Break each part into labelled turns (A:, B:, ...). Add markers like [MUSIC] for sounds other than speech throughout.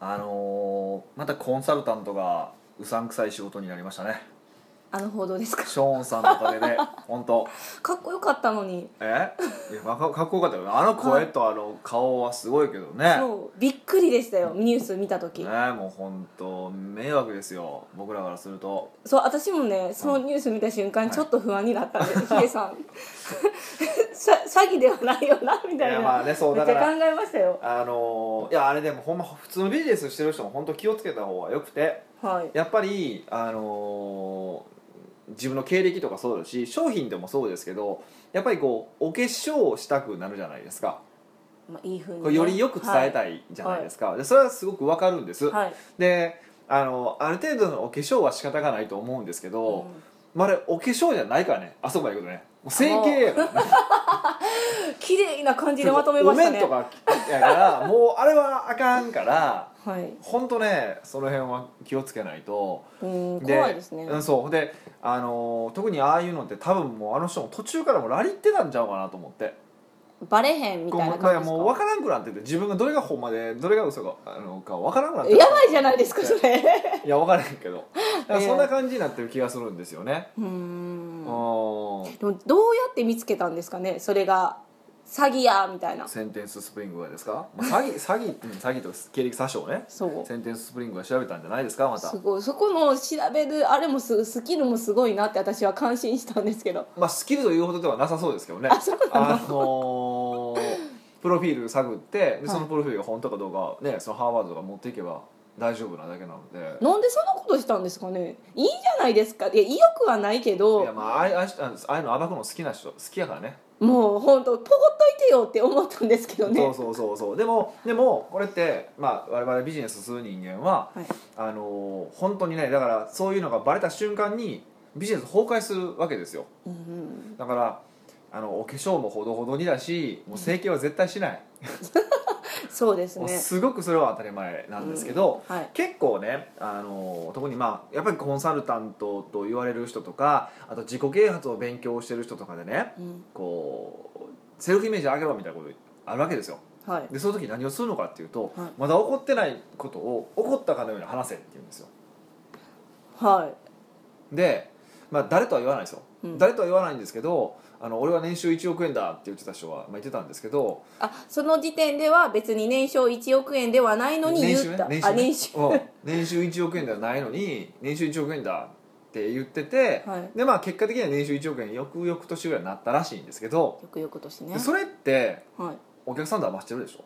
A: あのーまたコンサルタントがうさんくさい仕事になりました
B: [LAUGHS]
A: ね
B: あの報道ですか
A: ショーンさんのおかげで本当
B: かっこよかったのに
A: えいやかかっこよかったよねあの声とあの顔はすごいけどね、
B: そうびっくりでしたよニュース見た時、
A: ねもう本当迷惑ですよ僕らからすると
B: そう私もねそのニュース見た瞬間
A: はい
B: ちょっと不安になったんです、ヒデさん [LAUGHS] さ詐欺ではないよなみたいな、
A: いやまあねそう
B: めっち
A: だか
B: ゃ
A: ら
B: 考えましたよ
A: あのーいやあれでもほんま普通のビジネスしてる人も本当気をつけた方がよくて
B: はい
A: やっぱりあのー自分の経歴とかそうだし商品でもそうですけどやっぱりこうお化粧をしたくなるじゃないですか
B: まあ、いいふうにね、
A: これよりよく伝え
B: い、
A: たいじゃないですか、でそれはすごくわかるんです、
B: はいはい
A: であのある程度のお化粧は仕方がないと思うんですけど、まあ、あれお化粧じゃないからねあそこまで行くとねもう整形やから
B: うん綺麗な感じでまとめましたね
A: お面とかやからもうあれはあかんから
B: はい、
A: 本当ねその辺は気をつけないと
B: うん怖いですね
A: うん、そうであのー特にああいうのって多分もうあの人も途中からもうラリってたんちゃうかなと思って
B: バレへんみ
A: こう
B: たいな
A: だか
B: 感じ
A: ら
B: です
A: もう分からんくなってて自分がどれがほんまでどれが嘘かあのか分からんくなって
B: やばいじゃないですかそれ
A: いや分からへんけどだから
B: [LAUGHS] ええ
A: そんな感じになってる気がするんですよね、
B: [LAUGHS] うーん
A: うん
B: でもどうやって見つけたんですかねそれが詐欺やみたいな
A: センテンススプリングはですか、まあ、詐欺 [LAUGHS] 詐欺うん詐欺と経歴詐称ね
B: そう
A: センテンススプリングは調べたんじゃないですかますた
B: ごいそこの調べるあれもすスキルもすごいなって私は感心したんですけど
A: まあスキルというほどではなさそうですけどね
B: あそうなの
A: あのープロフィール探ってでそのプロフィールが本当かどうかはねそのハーバードとか持っていけば大丈夫なだけなので
B: なんでそんなことしたんですかねいいじゃないですかいや意欲はないけ
A: いや
B: ど
A: まあああいうああいうああいうの暴くの好きな人好きやからね
B: もう本当ポコっといてよって思ったんですけどね
A: そうそうそうそうでもでもこれって、まあ、我々ビジネスする人間は
B: はい、
A: あのー本当にねだからそういうのがバレた瞬間にビジネス崩壊するわけですよ
B: うんうん
A: だからあのお化粧もほどほどにだしもう整形は絶対しない、
B: そうです
A: もう
B: ね
A: すごくそれは当たり前なんですけど、
B: うんはい
A: 結構ねあの特にまあやっぱりコンサルタントと言われる人とかあと自己啓発を勉強してる人とかでね
B: うん
A: こうセルフイメージ上げろみたいなことあるわけですよ
B: はい
A: でその時何をするのかっていうと、
B: はい
A: まだ起こってないことを起こったかのように話せって言うんですよ
B: は
A: で、まあ、誰とは言わないですよ、
B: い、うん、
A: 誰とは言わないんですけどあの俺は年収1億円だって言ってた人は、まあ、言ってたんですけど
B: あその時点では別に年商1億円ではないのに
A: 年収
B: 言
A: ね
B: った、
A: 年収
B: あ
A: ね
B: 年収
A: うん年収1億円ではないのに年収1億円だって言ってて、
B: はい
A: でまあ結果的には年収1億円翌々年ぐらいになったらしいんですけど、
B: よくよくとしてね
A: でそれって
B: はい、
A: お客さんとは増してるでしょ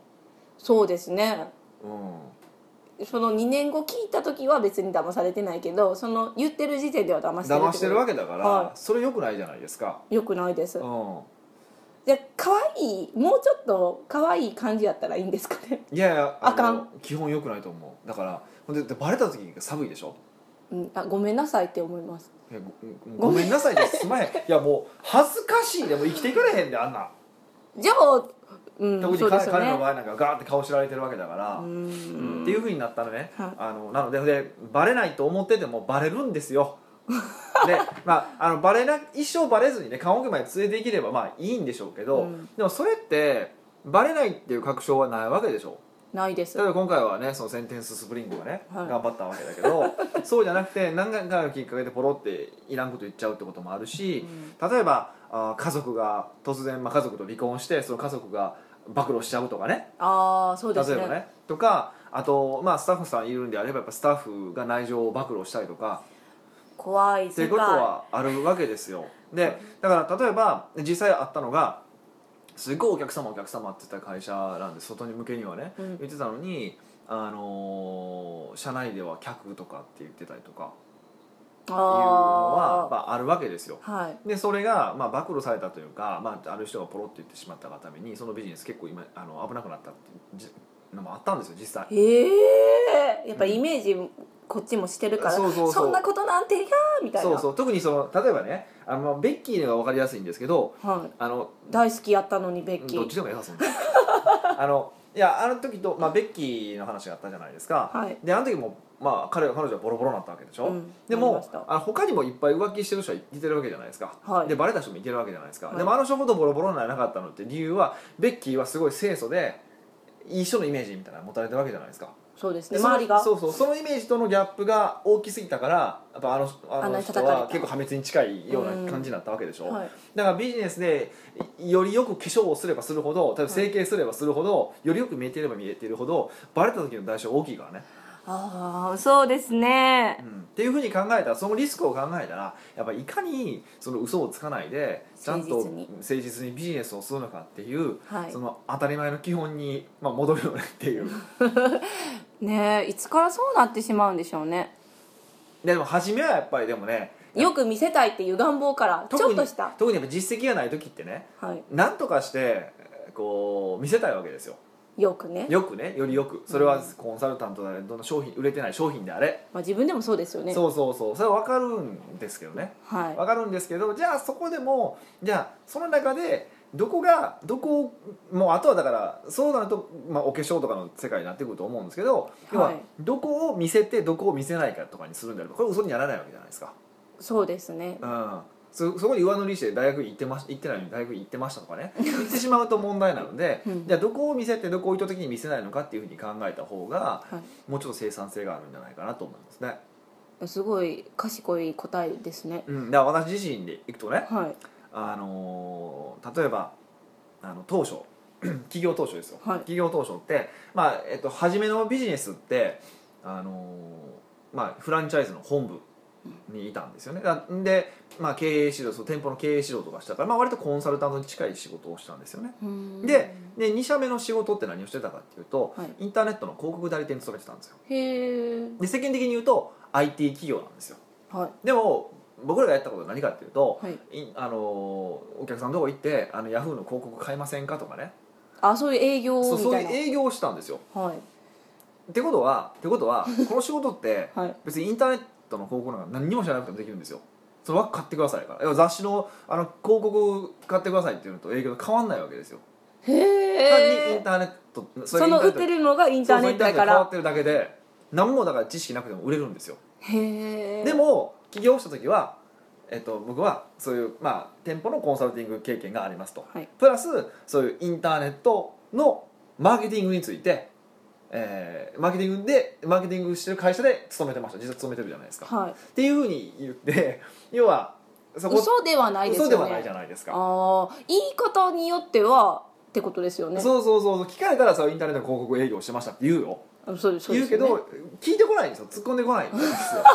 B: そうですね
A: う
B: その2年後聞いた時は別に騙されてないけどその言ってる時点では騙
A: ん
B: してる
A: 騙してるわ
B: け
A: けだから、
B: は
A: それよくないじゃないですか、
B: よくないです
A: うん、
B: じゃあ可愛いもうちょっと可愛い感じやったらいいんですかね [LAUGHS]
A: いやいや
B: あかん
A: の基本よくないと思うだからほんででバレた時が寒いでしょ
B: うんあごめんなさいって思います
A: いやごご
B: [LAUGHS] ごめ
A: めんなさいですまへんいやもう恥ずかしいでもう生きていかれへんであんな、
B: じゃあうん
A: 特に
B: そうで
A: 彼,、
B: すよ
A: 彼の場
B: ね
A: 合なんかガーって顔知られてるわけだから、
B: う
A: っ
B: ん
A: ていうふうになったらね、
B: はい
A: あのなのででバレないと思っててもバレるんです
B: [LAUGHS]
A: よで、まあ、あのバレな一生バレずにね棺桶まで連れていければまあいいんでしょうけど、
B: うん
A: でもそれってバレないっていう確証はないわけでしょ
B: ないです
A: 例えば今回はねそのセンテンススプリングがね、
B: はい
A: 頑張ったわけだけ
B: [LAUGHS]
A: どそうじゃなくて何回かのきっかけでポロっていらんこと言っちゃうってこともあるし、例えばあー家族が突然、まあ、家族と離婚してその家族が暴露しちゃうとかね
B: ああそうですね
A: 例えばねとかあと、まあ、スタッフさんいるんであればやっぱスタッフが内情を暴露したりとか
B: 怖い
A: っていう
B: 世
A: こと
B: 界
A: はあるわけですよでだから例えば実際あったのがすごいお客様お客様って言った会社なんで外に向けにはね、
B: うん
A: 言ってたのに、あのー社内では客とかって言ってたりとか
B: あ
A: いうのはま
B: あ
A: ああるわけですよ
B: はい
A: でそれがまあ暴露されたというか、まあ、ある人がポロって言ってしまったがためにそのビジネス結構今あの危なくなったっていうのもあったんですよ実際
B: ええやっぱイメージこっちもしてるから、
A: そうそうそうん
B: なことなんてやーみたいな
A: そうそう特にその例えばねあのまあベッキーのが分かりやすいんですけど
B: はい、
A: あの
B: 大好きやったのにベッキ
A: どっち
B: ー
A: でもええわそんな [LAUGHS] あのいやあの時と、まあ、ベッキーの話があったじゃないですか、
B: はい
A: であの時も、まあ、彼は彼女はボロボロになったわけでしょ、
B: うん
A: で
B: なりま
A: も
B: した
A: あの他にもいっぱい浮気してる人はいてるわけじゃないですか、
B: はい
A: でバレた人もいてるわけじゃないですか、
B: はい
A: でもあの人ほどボロボロにならなかったのって理由はベッキーはすごい清楚でいい人のイメージみたいなの持たれてるわけじゃないですか
B: そうです
A: で
B: ね
A: その
B: 周りが
A: そうそうそのイメージとのギャップが大きすぎたからやっぱあのあ
B: あんな
A: の
B: に
A: 人
B: 叩かれ
A: は
B: た
A: 結構破滅に近いような感じになったわけでしょ、
B: はい
A: だからビジネスでいよりよく化粧をすればするほど例えば整形すればするほど、よりよく見えてれば見えてるほどバレた時の代償大きいからね、
B: ああそうですね
A: うん、っていうふうに考えたらそのリスクを考えたらやっぱりいかにその嘘をつかないでちゃんと
B: 誠実に
A: 誠実にビジネスをするのかっていう、
B: はい
A: その当たり前の基本に、まあ、戻るよね [LAUGHS] っていう。
B: ねえいつからそうなってしまうんでしょうね
A: ででも初めはやっぱりでもね
B: よく見せたいっていう願望からち
A: 特
B: ょ
A: に
B: っとした
A: 特にやっぱ実績がない時ってね
B: はい
A: なんとかしてえーこう見せたいわけですよ
B: よくね、
A: よくねよりよくそれはコンサルタントであれどの商品売れてない商品であれ、
B: まあ、自分でもそうですよね
A: そうそうそうそれは分かるんですけどね
B: はい
A: 分かるんですけどじゃあそこでもじゃあその中でどこがどこをもうあとはだからそうなると、まあ、お化粧とかの世界になってくると思うんですけど要
B: は
A: はいどこを見せてどこを見せないかとかにするんであればこれ嘘にならないわけじゃないですか。
B: そうですね
A: うんそそこに上塗りして大学に行ってまし行ってないのに大学に行ってましたとか
B: [LAUGHS]
A: ね行ってしまうと問題なので、
B: うん
A: じゃあどこを見せてどこを意図的に見せないのかっていうふうに考えた方が
B: は
A: もうちょっと生産性があるんじゃないかなと思いますね、
B: いすごい賢い答えですね
A: うん、だから私自身でいくとね、
B: は
A: あのー例えばあの当初 [CLEARS THROAT] 企業当初ですよ、
B: はい
A: 企業当初って、まあえっと、初めのビジネスって、あのーまあ、フランチャイズの本部にいたんですよねだで、まあ、経営指導その店舗の経営指導とかしたから、まあ、割とコンサルタントに近い仕事をしたんですよね
B: いうーん
A: でで2社目の仕事って何をしてたかっていうと、
B: はい
A: インターネットの広告代理店に勤めてたんですよ
B: へえ
A: で世間的に言うと IT 企業なんですよ
B: はい
A: でも僕らがやったことは何かっていうと、
B: はい
A: いあのーお客さんのとこ行ってあのヤフーの広告買いませんかとかね
B: あそういう営業
A: そう
B: み
A: そう
B: た
A: い
B: いうな
A: 営業をしたんですよ
B: はい
A: ってことはってこと
B: [LAUGHS]
A: はこの仕事って
B: はい
A: 別にインターネットの広告なんか何にも知らなくてもできるんですよそれは買ってくださいから要は雑誌のあの広告買ってくださいっていうのと営業と変わんないわけですよ、単に
B: へ
A: イン
B: え
A: ターネット
B: その売って
A: る
B: るのがイ
A: イ
B: ンターネットだか
A: 変わっ
B: ら
A: てるだけで何もだから知識なくても売れるんですよ
B: へえ
A: でも起業した時は、えっと、僕はそういう、まあ、店舗のコンサルティング経験がありますと、
B: はい
A: プラスそういうインターネットのマーケティングについて、えーマーケティングでマーケティングしてる会社で勤めてました実は勤めてるじゃないですか、
B: はい
A: っていうふうに言って [LAUGHS] 要はそこ
B: 嘘ではないですよ
A: 嘘
B: ね
A: ではないじゃないですか
B: ああ言い方によってはってことですよね
A: そうそうそうそう聞かれたらさインターネットの広告営業してましたって言うよ
B: あそうですそう
A: 言
B: で
A: う
B: すよ
A: け
B: ね
A: ど聞いてこないんですよ突っ込んでこないん
B: [LAUGHS]
A: ですよな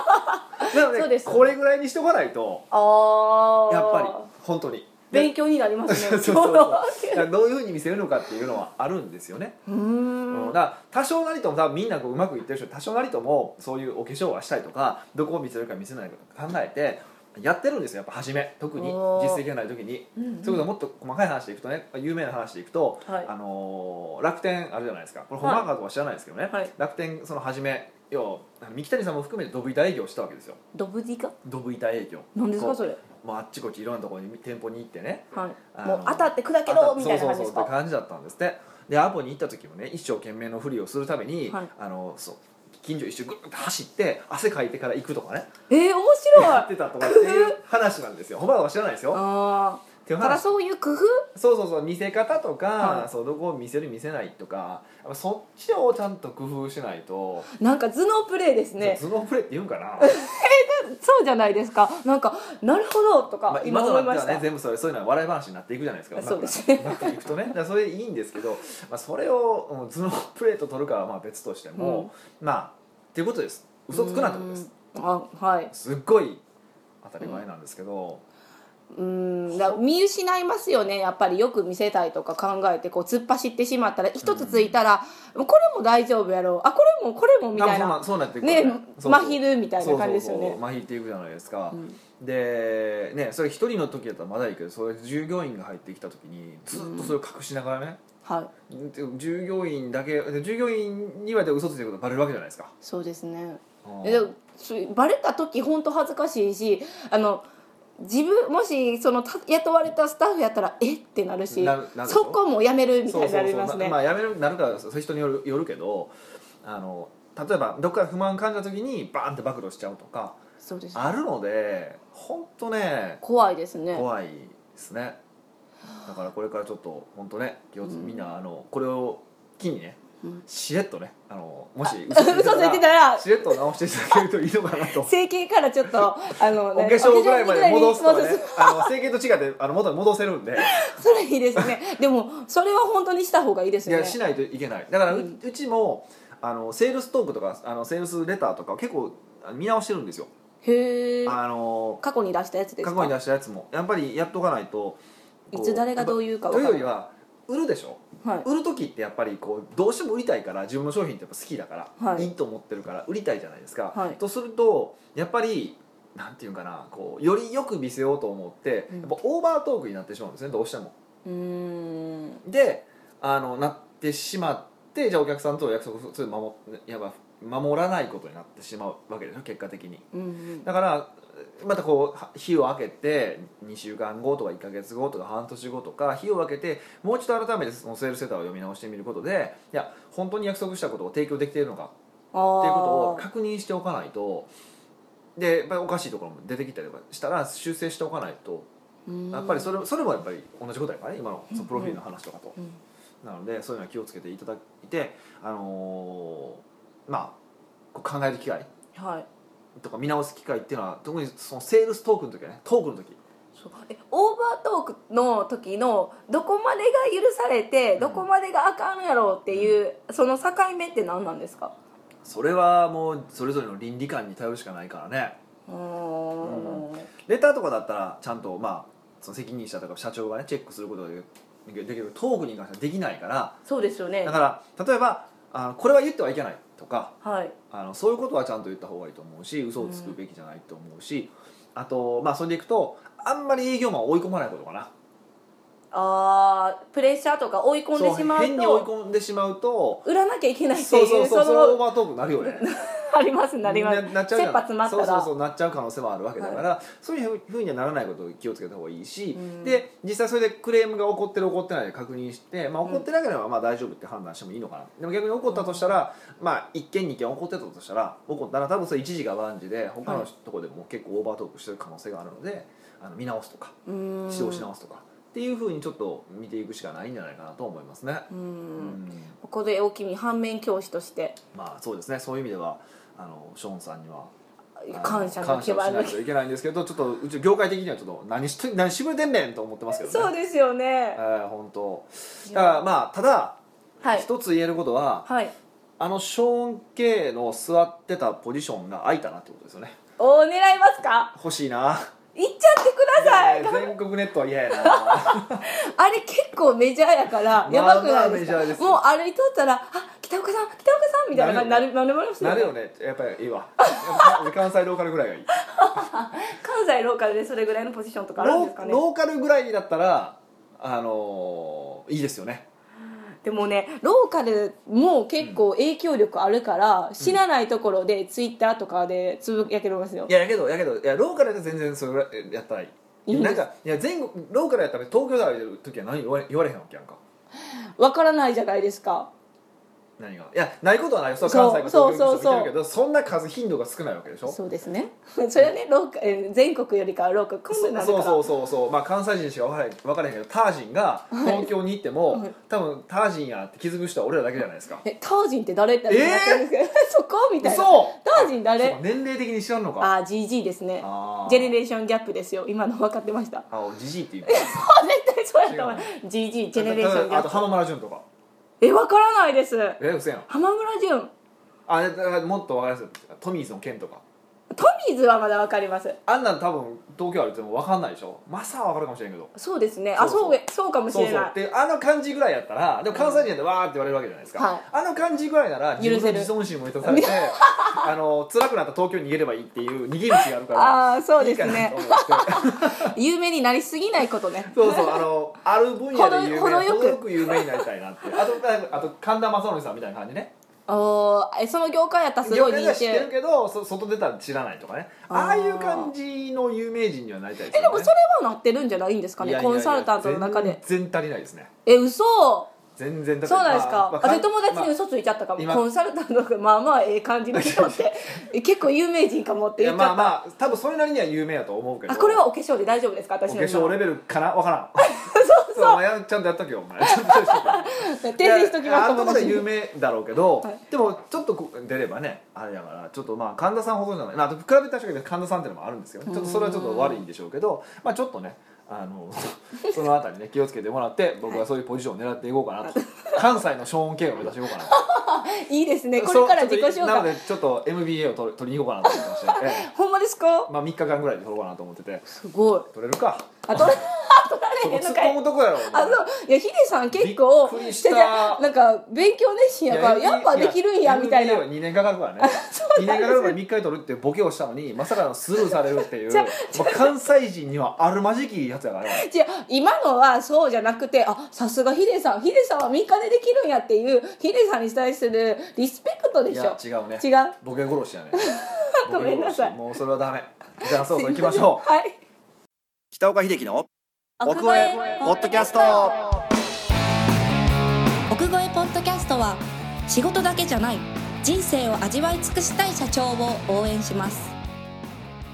B: そ
A: の
B: う
A: で
B: ですよね
A: これぐらいにしとかないと
B: ああ
A: やっぱり本当にで
B: 勉強になりますね
A: [LAUGHS] そうそうそうだからどういうふうに見せるのかっていうのはあるんですよね、
B: うー
A: うん
B: ん
A: だから多少なりとも多分みんなこううまくいってる人多少なりともそういうお化粧はしたりとかどこを見せるか見せないか考えてやってるんですよやっぱ初め特に実
B: おー
A: 績がない時に。
B: うんうん
A: そういうこともっと細かい話でいくとね有名な話でいくと、
B: はい
A: あのー楽天あるじゃないですかこれ本番かとか知らないですけどね、
B: はい
A: 楽天その初め要は三木谷さんも含めてドブ板営業をしたわけですよ
B: ドブディか
A: ドブ板営業
B: 何です
A: こ
B: か
A: う
B: それ
A: もうあっちこっちいろんなところに店舗に行ってね
B: はい
A: あ
B: も
A: の
B: う当たって砕けろみた
A: そう
B: いな感じで
A: そう
B: す
A: そうって
B: か
A: 感じだったんですってでアポに行った時もね一生懸命のふりをするために、
B: はい
A: あのそう近所一周グーッと走って汗かいてから行くとかね
B: えー面
A: や
B: 白
A: [LAUGHS] っ
B: い
A: てたとかっていう話なんですよほばは知らないですよ
B: あ
A: ってい
B: あ
A: う
B: だから
A: 話
B: そういう工夫
A: そうそうそう見せ方とか、
B: はい
A: そうどこを見せる見せないとかやっぱそっちをちゃんと工夫しないと、
B: なんか頭脳プレイですね
A: 頭脳プレーって言うんかな
B: そうじゃないですかなんかなるほどと
A: ま
B: か
A: あ今
B: 今
A: と
B: 思
A: ないっては
B: まし
A: ね
B: た
A: 全部それそういうのは笑い話になっていくじゃないですか
B: そうですね
A: なっていくとねだからそれいいんですけど、まあ、それをうん頭脳プレート取るかはまあ別としても、まあっていうことです嘘つくなってことです
B: うーんあはい
A: すっごい当たり前なんですけど、
B: うーんだから見失いますよねやっぱりよく見せたいとか考えてこう突っ走ってしまったら一つついたら、これも大丈夫やろうあこれもこれもみ
A: 多
B: た
A: 分
B: い
A: そん
B: な
A: なそうなっていく
B: ね
A: そうそう
B: 真昼みたいな感じですよ
A: そうそう
B: ね
A: そうまひっていくじゃないですか、
B: うん
A: でねそれ一人の時だったらまだいいけどそれ従業員が入ってきた時にずっとそれを隠しながらね、
B: はい
A: 従業員だけで従業員にはで嘘ついてることバレるわけじゃないですか、
B: そうですね
A: うん
B: えでもそれバレた時本当恥ずかしいしあの自分もしそのた雇われたスタッフやったらえってなるし
A: なるなるでしょ
B: そこもやめるみたいになります
A: な
B: ね
A: まあやめるなるからそういう人によるよるけどあの例えばどっかで不満感じた時にバーンって暴露しちゃうとか
B: そうです
A: あるので本当ね
B: 怖いですね
A: 怖いですねだからこれからちょっと本当ね気をつ、
B: うん
A: みんなあのこれを機にね、
B: うん
A: しれっとねあのもし
B: [LAUGHS] 嘘ついてたら
A: しれっと直していただけるといいのかな
B: [LAUGHS]
A: と
B: 整形からちょっとあの、
A: お化粧ぐらいまで戻すと
B: お化粧
A: ね
B: ぐらいに戻す
A: あの整形と違ってあの元に戻せるんで
B: それいいですねでもそれは本当にした方がいいです
A: い
B: よ
A: や
B: ね
A: しないといけないだからう,、
B: うん
A: ちもあのセールストークとかあのセールスレターとか結構見直してるんですよ
B: へえ
A: あの
B: 過去に出したやつです
A: 過
B: か
A: 去に出したやつもやっぱりやっとかないとこう
B: いつ誰がどう言うか
A: と
B: 分
A: いう
B: か
A: より
B: る
A: は売るでしょ
B: はい
A: 売る時ってやっぱりこうどうしても売りたいから自分の商品ってやっぱ好きだから、
B: はい
A: いと思ってるから売りたいじゃないですか、
B: はい
A: とするとやっぱりなんていうかなこうよりよく見せようと思って
B: うん
A: やっぱオーバートークになってしまうんですねどうしても。
B: うーん
A: であのなってしまってじゃあお客さんとの約束をそれ守やば守らないことになってしまうわけでしょ結果的に [LAUGHS]
B: うんうん
A: だからまたこうは日を空けて2週間後とか1か月後とか半年後とか日を空けてもう一度改めてそのセールスセーターを読み直してみることでいや本当に約束したことを提供できているのか
B: あ
A: っていうことを
B: ー
A: 確認しておかないとでやっぱりおかしいところも出てきたりとかしたら修正しておかないと
B: うーん
A: やっぱりそれそれもやっぱり同じことやからね今のそのプロフィールの話とかと。
B: うん
A: なのでそういうのは気をつけていただいて、あのーまあこう考える機会
B: はい
A: とか見直す機会っていうのは特にそのセールストークの時はねトークの時
B: そうえオーバートークの時のどこまでが許されて
A: ん
B: どこまでがあかんやろうっていう、その境目って何なんですか
A: それはもうそれぞれの倫理観に頼るしかないからね
B: うーん
A: レターとかだったらちゃんとまあその責任者とか社長がねチェックすることができるできるトークに関してはできないから
B: そうですよね
A: だから例えばあのこれは言ってはいけないとか
B: はい
A: あのそういうことはちゃんと言った方がいいと思うし嘘をつくべきじゃないと思うし、あとまあそれでいくとあんまり営業マンを追い込まないことかな
B: あープレッシャーとか追い込んでしま
A: そう変に追い
B: と
A: 込んでしまうと
B: 売らなきゃいけないって
A: そ
B: いううそ
A: そうそうそのオー
B: の
A: バートークになるよね
B: あります [LAUGHS] なります
A: ななっちゃうじ
B: 切
A: ゃ
B: 羽
A: ん
B: 詰まったら
A: そうそうそうなっちゃう可能性もあるわけだから、そういうふうにはならないことを気をつけた方がいいし、
B: うん
A: で実際それでクレームが起こってる起こってないで確認して、まあ、起こってなければまあ大丈夫って判断してもいいのかな、でも逆に起こったとしたら、まあ、1件2件起こってたとしたら起こったら多分それ一時が万事で他の
B: はい
A: とこでも結構オーバートークしてる可能性があるのであの見直すとか
B: うーん
A: 指導し直すとか、っていうふうにちょっと見ていくしかないんじゃないかなと思いますね。
B: うー
A: うんん
B: ここで大きに反面教師として
A: まあそうですねそういう意味ではあのショーンさんにはあの
B: 感謝の
A: 感謝
B: 気
A: をし
B: 張
A: な
B: る
A: いといけないんですけどちょっとうち業界的にはちょっと何しと [LAUGHS] 何しぶれてんねんと思ってますけどね
B: [LAUGHS] そうですよね
A: えー本当だからまあただ、
B: はい
A: 一つ言えることは
B: はい
A: あのショーン系の座ってたポジションが空いたなってことですよね
B: お狙いますか
A: 欲しいな
B: 行っちゃってください
A: いや [LAUGHS] 全国ネットは嫌や
B: [LAUGHS]
A: な
B: あれ結構メジャーやから
A: まあ
B: やばくな
A: まあ
B: いですか
A: メジャーです
B: もう歩いとったら「あ北岡さん北岡さん」みたいな感じになるなるますよ
A: な
B: ね
A: るよねやっぱりいいわやっぱ関西ローカルぐらいがいい
B: 関西ローカルでそれぐらいのポジションとかあるんで
A: ロ
B: すか
A: ー
B: ね
A: ローカルぐらいだったらあのーいいですよね
B: でもねローカルも結構影響力あるから、知らないところでツイッターとかでつぶやけますよ
A: いややけどやけどいやローカルやったら全然それぐらいやったらいい
B: いいん
A: な
B: です
A: んかいや全国ローカルやったら東京で歩いてる時は何言われ言われへんわけやんか
B: わからないじゃないですか
A: 何がいやないことはないよそう
B: そ
A: 関
B: う
A: 西か東京の
B: そうそう
A: 人もいてるけどそんな数頻度が少ないわけでしょ
B: そうですね [LAUGHS] それはねローカえー全国よりかはローカル今度になるか
A: そ
B: ら
A: うそうそうそうまあ関西人しか分からへん分からへんけどタージンが東京に行っても、
B: はい
A: 多分タージンやって気づく人は俺らだけじゃないですか
B: えタージンって誰ってなってるんですけど、 [LAUGHS] そこみたいな
A: 嘘
B: タージン
A: そう
B: 誰
A: か年齢的に知らんのか
B: あー GG ですね
A: あー
B: ジェネレーションギャップですよ今の分かってました [LAUGHS]
A: あじじいって言う
B: あ絶対そうやと思う GG ジェネレーションギ
A: あ
B: ャッ
A: と
B: プ
A: 浜村淳とか
B: え分からないです
A: えうせやん
B: 浜村淳
A: あだからもっと分かりやすいトミーズの件とか
B: トミーズはまだ分かります
A: あんなん多分東京歩いても分かんないでしょマサは分かるかもしれんけど
B: そうですねあ
A: そ
B: そう
A: そう
B: うそうかもし
A: そう
B: れ
A: そう
B: な
A: っ
B: い
A: てあの感じぐらいやったらでも関西人でわーって言われるわけじゃないですか、
B: はい
A: あの感じぐらいなら自分の自尊心も満たされ
B: [LAUGHS]
A: てあの辛くなったら東京に逃げればいいっていう逃げ道があるから
B: あーそうですね
A: いいかなと思って
B: 有名になりすぎないこと
A: [LAUGHS]
B: ね
A: そうそうあのある分野で有名
B: ほどよく
A: 程よく有名になりたいなってあとあと神田正則さんみたいな感じね
B: おーえその業界やったらすご
A: 業
B: い
A: 界で
B: 似
A: は知っててる
B: る
A: けどそ外出たら知らないとかねああいう感じの有名人にはなりたいです
B: え
A: よ、ね、
B: でもそれはなってるんじゃないんですかね
A: いやいやいや
B: コンサルタントの中で
A: 全然足りないですね
B: え嘘
A: 全然だって
B: そうなんです
A: ま
B: か
A: あ、まあ
B: 私友達に
A: ま
B: 嘘ついちゃったかも、
A: 今
B: コンサルタントがまあまあええ感じの人ってえ結構有名人かもっ
A: あ
B: て
A: いや
B: 言っちゃった
A: まあまあ多分それなりには有名やと思うけど
B: あこれはお化粧で大丈夫ですか
A: お
B: 私
A: 化
B: の今
A: 粧レベルかなわからん
B: [LAUGHS] そう
A: そうそうお前ちゃんとやっとけよお前ちゃんとしとけよ
B: [LAUGHS] 訂正しときます
A: あのとこ
B: 友
A: で
B: 達
A: 有名だろうけど、
B: はい
A: でもちょっとこう出ればねあれだからちょっとまあ神田さんほどじゃない、まあ、あと比べた人が神田さんっていうのもあるんですよねちょっとそれはちょっと悪いんでしょうけどまあちょっとねあの [LAUGHS] そのあたりね気をつけてもらって僕はそういうポジションを狙っていこうか
B: [LAUGHS]
A: なと関西のショーン・ケイを目指していこうかなと
B: いいですね [LAUGHS] これから自己
A: そ
B: 紹
A: うなの
B: 介
A: でちょっと MBA を取る取りに行こうかなと思ってまして、え
B: ほんまですか
A: えまあ、3日間ぐらいで取ろうかなと思ってて
B: すごい
A: 取れるか
B: あ取ら取
A: そ
B: ら
A: こ
B: れへん
A: 突っ
B: のか
A: 込
B: [LAUGHS] い
A: むとこやろお
B: あ
A: 前
B: そういやヒデさん結構
A: びっくりした
B: じゃじゃなんか勉強熱心やからやっぱできるんやみたいな
A: 2年かかるからね2年かかるから3回取るっていうボケをしたのにまさかのスルーされるっていう
B: [LAUGHS] じゃ
A: もう関西人にはあるまじきやつやからね
B: 違う今のはそうじゃなくてあさすがヒデさんヒデさんは3日でできるんやっていうヒデさんに対するリスペクトで
A: い
B: し
A: や
B: ょ
A: 違うね
B: 違う
A: ボケ殺しやね
B: [LAUGHS] ごめんなさい
A: ボケ殺しもうそれは
B: [LAUGHS]
A: ダメじゃあそうそう行きましょう
B: う [LAUGHS] はい
A: 北岡秀樹の
C: 奥越えポッドキャスト
D: 奥越えポッドキャストは仕事だけじゃない人生を味わい尽くしたい社長を応援します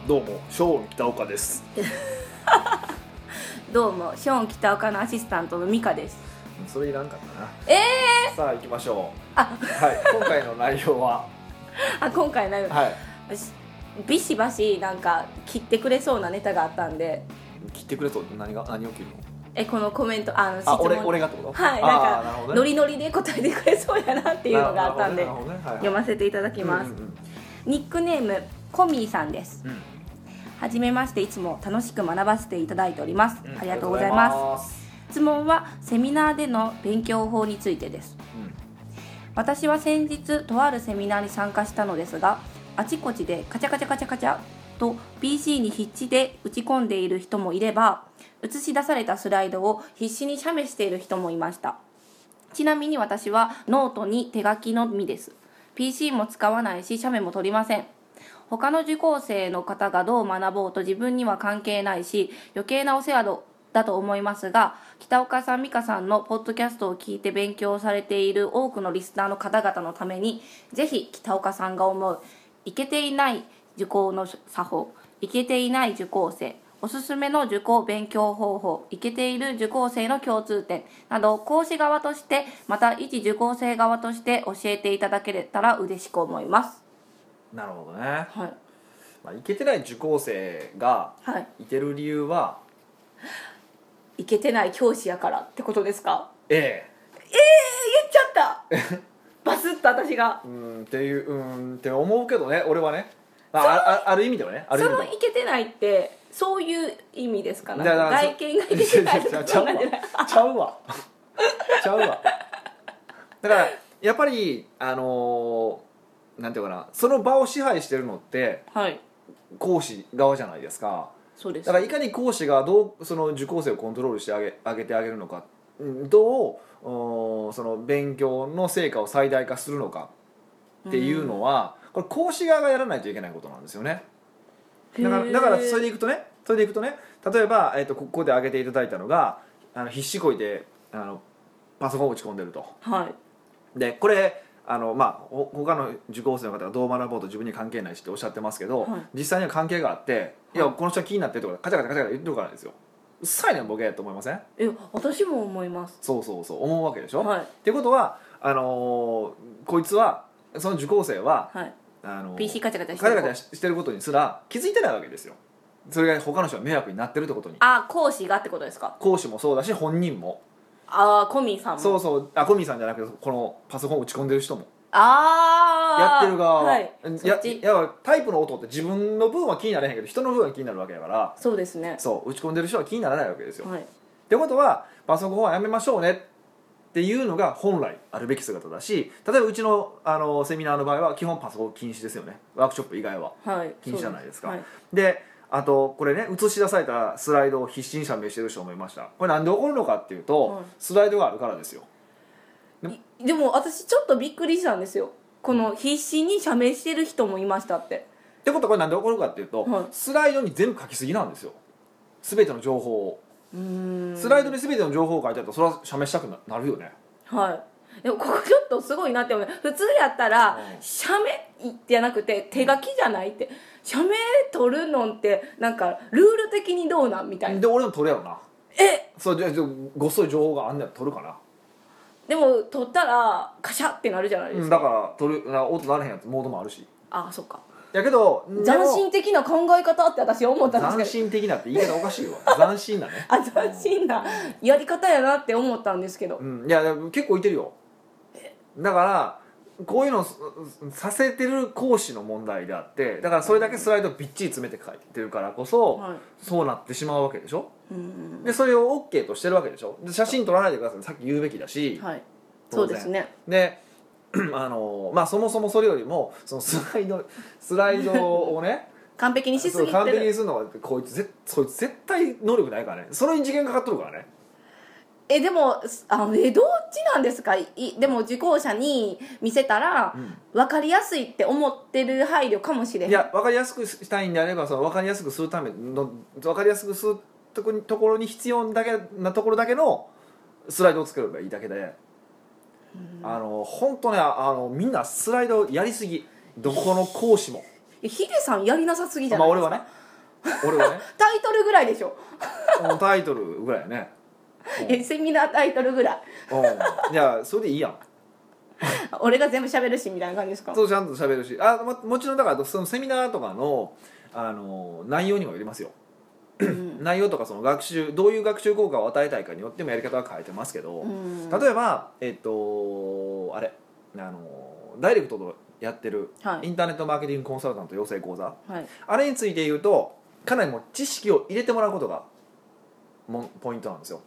A: どうもショーン北岡です
B: どうもショーン北岡のアシスタントのミカです
A: それいらんかったな
B: え
A: えさあ行きましょう
B: あ
A: はい今回の内容は
B: あ今回な
A: はい
B: ビシバシなんか切ってくれそうなネタがあったんで
A: 切ってくれと何が何を切るの
B: えこのコメントあの質
A: あ
B: 問
A: 俺俺がってこと
B: はい
A: あーな
B: な
A: る
B: ん
A: ほ
B: か
A: どね
B: ノリノリで答えてくれそうやなっていうのがあったんで、
A: なるほどねなるほどねはいはい
B: 読ませていただきます、
A: うんうんうん
B: ニックネームコミーさんです
A: うん
B: はじめましていつも楽しく学ばせていただいております、
A: うん
B: ありがとうございます
A: す。
B: 質問はセミナーでの勉強法についてです私は先日とあるセミナーに参加したのですがあちこちでカチャカチャカチャカチャと PC に必死で打ち込んでいる人もいれば映し出されたスライドを必死に写メしている人もいましたちなみに私はノートに手書きのみです PC も使わないし写メも取りません他の受講生の方がどう学ぼうと自分には関係ないし余計なお世話だと思いますが北岡さん美香さんのポッドキャストを聞いて勉強されている多くのリスナーの方々のためにぜひ北岡さんが思うイケていない受講の作法イケていない受講生おすすめの受講勉強方法イケている受講生の共通点など講師側としてまた一受講生側として教えていただけたら嬉しく思います。
A: なるほどね。
B: はい
A: まあ、いけてない受講生が。
B: はい
A: いける理由は。
B: いけてない教師やからってことですか
A: A
B: 言っちゃった
A: [LAUGHS]
B: バスッと私が
A: うーんっていう、うーんって思うけどね、俺はね。まあ、あ、あある意味ではね。あ
B: そ
A: る意味で
B: の。
A: はい
B: けてないってそういう意味ですかね
A: いやだから
B: 外見がいけてないと
A: [LAUGHS]
B: か
A: ちゃ
B: そ
A: うん
B: なんじゃない
A: わ。ちゃうわ。ちゃうわ。だから、やっぱり、あのーなんていうかな、その場を支配してるのって。
B: はい
A: 講師側じゃないですか。
B: そうです
A: だからいかに講師がどうその受講生をコントロールしてあげ上げてあげるのかうんどううんその勉強の成果を最大化するのかっていうのは、これ講師側がやらないといけないことなんですよね。だから
B: へー
A: だからそれでいくとねそれでいくとね例えば、えっとここで挙げていただいたのがあの必死こいてあのパソコンを打ち込んでると。
B: はい
A: でこれあのまあほ他の受講生の方がどう学ぼうと自分に関係ないしっておっしゃってますけど、
B: はい
A: 実際には関係があって、い、やこの人は気になってるとかカチャカチャカチャカチャ言ってるからですようっさいねボケやと思いません
B: え私も思います
A: そうそうそう思うわけでしょ、
B: はい
A: っていうことはあのーこいつはその受講生は、
B: はい
A: あのー
B: PC カチャカチャして
A: カチ
B: る
A: ャカチャしてることにすら気づいてないわけですよそれが他の人が迷惑になってるってことに
B: あ講師がってことですか
A: 講師もそうだし本人も、
B: あコミさんも
A: そうそうあコミさんじゃなくてこのパソコン打ち込んでる人もや
B: ああ
A: ってる側は、
B: はいそ
A: や
B: っち
A: やタイプの音って自分の分は気になれへんけど人の分は気になるわけだから
B: そうですね
A: そう打ち込んでる人は気にならないわけですよ、
B: はい
A: ってことはパソコンはやめましょうねっていうのが本来あるべき姿だし例えばうちのあのセミナーの場合は基本パソコン禁止ですよねワークショップ以外は
B: はい
A: 禁止じゃないですか
B: そう
A: であとこれね映し出されたスライドを必死に写メしてる人もいましたこれなんで怒るのかっていうと、
B: はい
A: スライドがあるからですよ
B: いでも私ちょっとびっくりしたんですよこの必死に写メしてる人もいましたって
A: ってことはこれなんで起こるかっていうと、
B: はい
A: スライドに全部書きすぎなんですよ全ての情報を
B: うーん
A: スライドに全ての情報を書いてあるとそれは写メしたくななるよね
B: はいでもここちょっとすごいなって思う普通やったら
A: うん
B: 写メじゃなくて手書きじゃないって写メ取るのってなんかルール的にどうなんみたいな
A: で俺の取れやろな
B: ええ
A: そうじゃあちょごっそり情報があんねや取るかな
B: でも取ったらカシャってなるじゃないで
A: うん
B: す
A: だ
B: か、
A: から取るな音ならへんやつモードもあるし
B: ああそっか
A: やけど
B: 斬
A: でも
B: 新的な考え方って私思ったん
A: 斬
B: ですけど
A: 新的なって言い方おかしいわ斬新だね
B: あ斬新なやり方やなって思ったんですけど
A: うんいやでも結構いてるよだからこういうのをすさせてる講師の問題であってだからそれだけスライドをびっちり詰めて書いてるからこそ、
B: はい
A: そうなってしまうわけでしょ
B: うん
A: でそれを OK としてるわけでしょで写真撮らないでくださいさっき言うべきだし、
B: はいそ
A: 当
B: う
A: 然
B: ですね
A: で [CLEARS THROAT] あのまあそもそもそれよりもそのスライドスライドを
B: [LAUGHS]
A: ね
B: 完璧にしす
A: そう
B: ぎて
A: 完璧に
B: る
A: するのはこいつぜそいつ絶対能力ないからねそれに時間かかっとるからね
B: えでもあのえどっちなんですかいでも受講者に見せたら、
A: うん
B: 分かりやすいって思ってる配慮かもしれへん
A: いや分かりやすくしたいんであればその分かりやすくするための分かりやすくするとこにところに必要だけなところだけのスライドを作ればいいだけで、あの本当ねあのみんなスライドやりすぎどこの講師も
B: いやヒデさんやりなさすぎじゃ
A: ま
B: な
A: あ
B: い
A: 俺はね俺はね
B: タイトルぐらいでしょ
A: うんタイトルぐらいやね
B: えセミナータイトルぐらい
A: うんいやそれでいいやん
B: 俺が全部喋るしみたいな感じですか
A: そうちゃんと喋るしあももちろんだからそのセミナーとかのあの内容にもよりますよ
B: うん
A: 内容とかその学習どういう学習効果を与えたいかによってもやり方は変えてますけど、
B: うん
A: 例えばえっ、とあれあのダイレクトとやってる
B: はい
A: インターネットマーケティングコンサルタント養成講座、
B: はい
A: あれについて言うとかなりもう知識を入れてもらうことがもんポイントなんですよ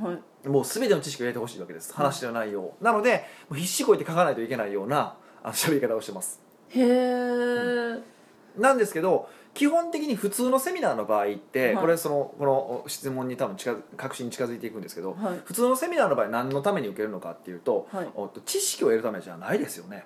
B: はい
A: もう全ての知識を入れてほしいわけです話の内容を、なのでもう必死こいて書かないといけないようなあの喋り方をしてます
B: へえ
A: なんですけど基本的に普通のセミナーの場合って、
B: はい
A: これそのこの質問に多分近づ確信に近づいていくんですけど、
B: はい
A: 普通のセミナーの場合何のために受けるのかっていうと,、
B: はい
A: おっと知識を得るためじゃないですよね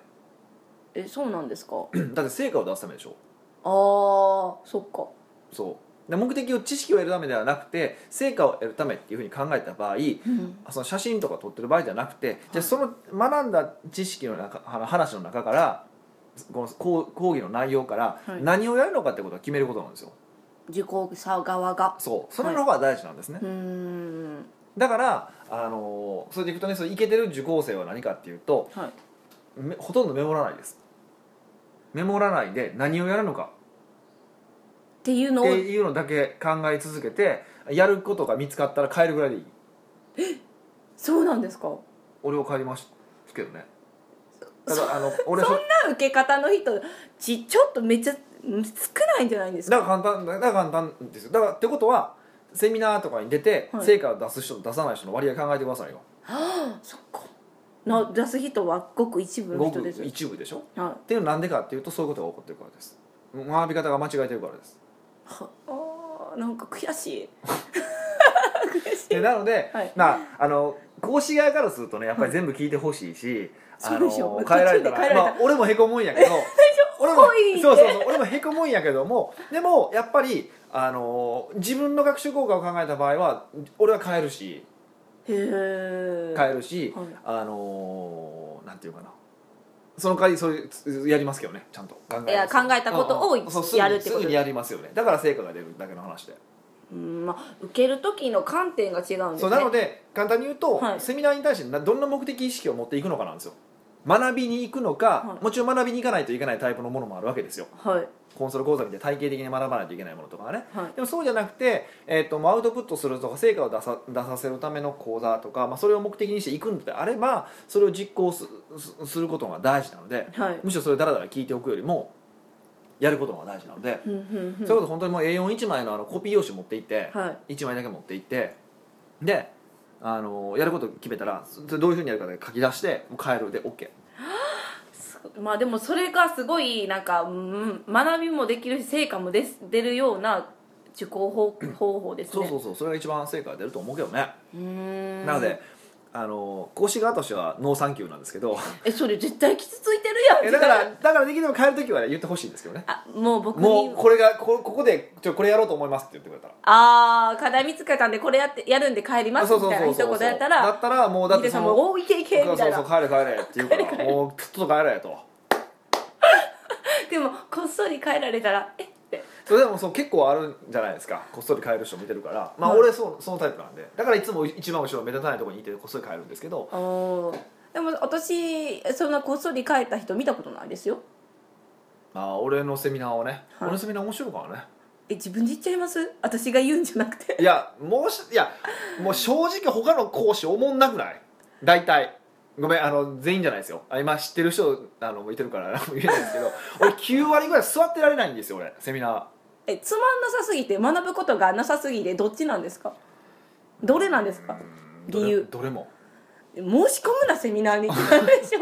A: [CLEARS THROAT]
B: えそうなんですかあ
A: だって成果を出すためでしょ
B: あーそっか
A: そうで目的を知識を得るためではなくて成果を得るためっていうふうに考えた場合
B: うん
A: その写真とか撮ってる場合じゃなくて、じゃあその学んだ知識の中あの話の中からこの講講義の内容から
B: はい
A: 何をやるのかってことを決めることなんですよ、
B: 受講者側が
A: そうそれの方が大事なんですね、
B: うーん
A: だから、あのーそれでいくとねそのイケてる受講生は何かっていうと
B: はい
A: めほとんどメモらないですメモらないで何をやるのか
B: っていうの
A: っ
B: を
A: ていうのだけ考え続けてやることが見つかったら帰るぐらいでいい
B: そうなんですか
A: 俺を帰りますけどねただあの俺
B: そん
A: そ
B: な受け方の人ちちょっとめっちゃん少ないんじゃないんですか
A: だから簡単だから簡単ですよだからってことはセミナーとかに出て
B: はい
A: 成果を出す人と出さない人の割合考えてくださいよ、
B: あそっかな出す人はごく一部の
A: ご
B: 人
A: く
B: ですよ
A: 一部でしょっ
B: は
A: ていうのはなんでかっていうとそういうことが起こってるからです学び方が間違えてるからです
B: いはあーなんか悔しい悔しい
A: でなので、
B: はい
A: まああの講師側からするとねやっぱり全部聞いてほしいし、
B: はい
A: あ
B: そ
A: の
B: うでしょ
A: 変えられた
B: 途中で変えられ
A: ら、
B: た
A: まあ、俺もへこむんやけ
B: [LAUGHS]
A: ど俺も
B: ほいって
A: そうそうそう俺もへこむんやけどもでもやっぱりあの自分の学習効果を考えた場合は俺は変えるし
B: へ
A: 変え
B: え
A: るし、
B: はい
A: あのなんていうかなその代わりそれつやりますけどねちゃんと考えます
B: いや考えたことを
A: うんうんそうすぐ
B: やるってこと
A: すぐにやりますよねだから成果が出るだけの話で
B: うんまあ受ける時の観点が違うんです
A: そう
B: ね
A: なので簡単に言うと、
B: はい
A: セミナーに対してなどんな目的意識を持っていくのかなんですよ学びに行くのか、
B: はい
A: もちろん学びに行かないといけないタイプのものもあるわけですよ
B: はい
A: コンソール講座みたいに体系的に学ばないといけないものとかね
B: はい
A: でもそうじゃなくて、えー、ともうアウトプットするとか成果を出さ出させるための講座とか、まあ、それを目的にしていくんであればそれを実行すすすることが大事なので
B: はい
A: むしろそれをだらだら聞いておくよりもやることが大事なので、
B: ふんふんふん
A: そういうこと本当にもう A41 枚のあのコピー用紙持っていって、
B: はい
A: 1枚だけ持っていってであのやること決めたらそれどういうふうにやるかで書き出してもう変えるで OK
B: まあでもそれがすごいなんか、うん、学びもできるし成果もです出るような受講方方法ですね
A: そうそうそうそれが一番成果が出ると思うけどね、
B: うーん
A: なのであの講師側としてはノーサンキューなん
B: [LAUGHS]
A: ですけど
B: えそれ絶対傷ついてるやん
A: えだからだからできれば変える時は言ってほしいんですけどね
B: あもう僕に
A: もうこれがこここでちょこれやろうと思いますって言ってくれたら
B: ああ課題見つけたんでこれやってやるんで帰りますみたいな一言やった
A: だ
B: ら
A: ったらもうだっ
B: ヒ
A: て
B: デ
A: そ
B: さん
A: の
B: も「おーいけいけ」みたい
A: そうそう
B: な
A: 帰れ帰れって言うからもうとっとと帰れと
B: でもこっそり帰られたら「えっ?」て
A: それでもそう結構あるんじゃないですかこっそり帰る人見てるからまあ
B: はい
A: 俺そうそのタイプなんでだからいつも一番後ろ目立たないところにいてこっそり帰るんですけど
B: あーでも私そんなこっそり帰った人見たことないですよ
A: まあ俺のセミナーはね、
B: はい
A: 俺のセミナー面白いからね
B: え自分で言っちゃいます私が言うんじゃなくて
A: いやもうしいやもう正直他の講師おもんなくない大体ごめんあの全員じゃないですよあ今知ってる人あのいてるから言えないですけど俺9割ぐらい座ってられないんですよ俺セミナー
B: えつまんなさすぎて学ぶことがなさすぎてどっちなんですかどれなんですか
A: どれ
B: 理由
A: どれも
B: 申し込むなセミナーにって [LAUGHS] なんでしょ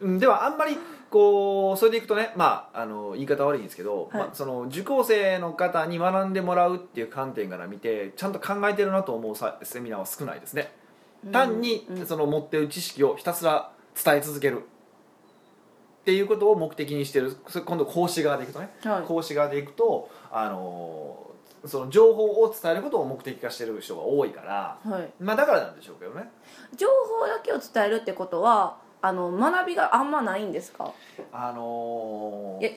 A: うんではあんまりこうそれでいくとねまああの言い方悪いんですけど、
B: はい
A: まあ、その受講生の方に学んでもらうっていう観点から見てちゃんと考えてるなと思うさセミナーは少ないですね単に
B: うんうん
A: その持ってる知識をひたすら伝え続けるっていうことを目的にしてるそれ今度講師側でいくとね、
B: はい
A: 講師側でいくとあのーその情報を伝えることを目的化してる人が多いから、
B: はい
A: まあ、だからなんでしょうけどね
B: 情報だけを伝えるってことはあの学びがあんまないんですか
A: あのー
B: いや